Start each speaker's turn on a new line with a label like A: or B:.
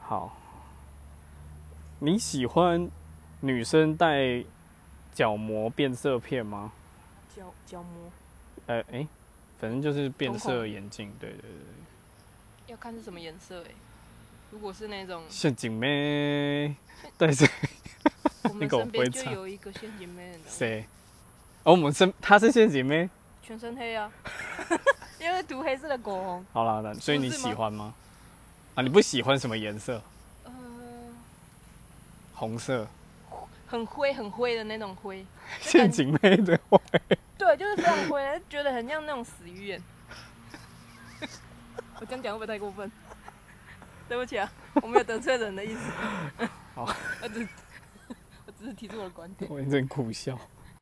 A: 好，你喜欢女生戴角膜变色片吗？
B: 角角膜，
A: 呃，诶，反正就是变
B: 瞳
A: 色
B: 孔
A: 眼镜，对对对，
B: 要看是什么颜色哎、如果是那 种
A: 陷阱妹戴这
B: 嗯我
A: 你
B: 们
A: 狗
B: 身
A: 不会
B: 边就
A: 唱
B: 有一个陷阱妹，你知道吗
A: 谁？哦，我们是她是陷阱妹，
B: 全身黑啊， 因为涂黑色的口红。
A: 好啦，那所以
B: 不
A: 你
B: 是
A: 喜
B: 吗
A: 欢吗？啊，你不喜欢什么颜色？
B: 呃，
A: 红 色，
B: 很灰很灰的那种灰，就
A: 陷
B: 感
A: 阱妹的话，
B: 对，就是非常灰， 觉得很像那种死鱼 眼。我这样讲会不会太过 分？对不起啊，我没有得罪 人的意思。
A: 好，
B: 我只我只是提出我的观点。
A: 我有点苦笑。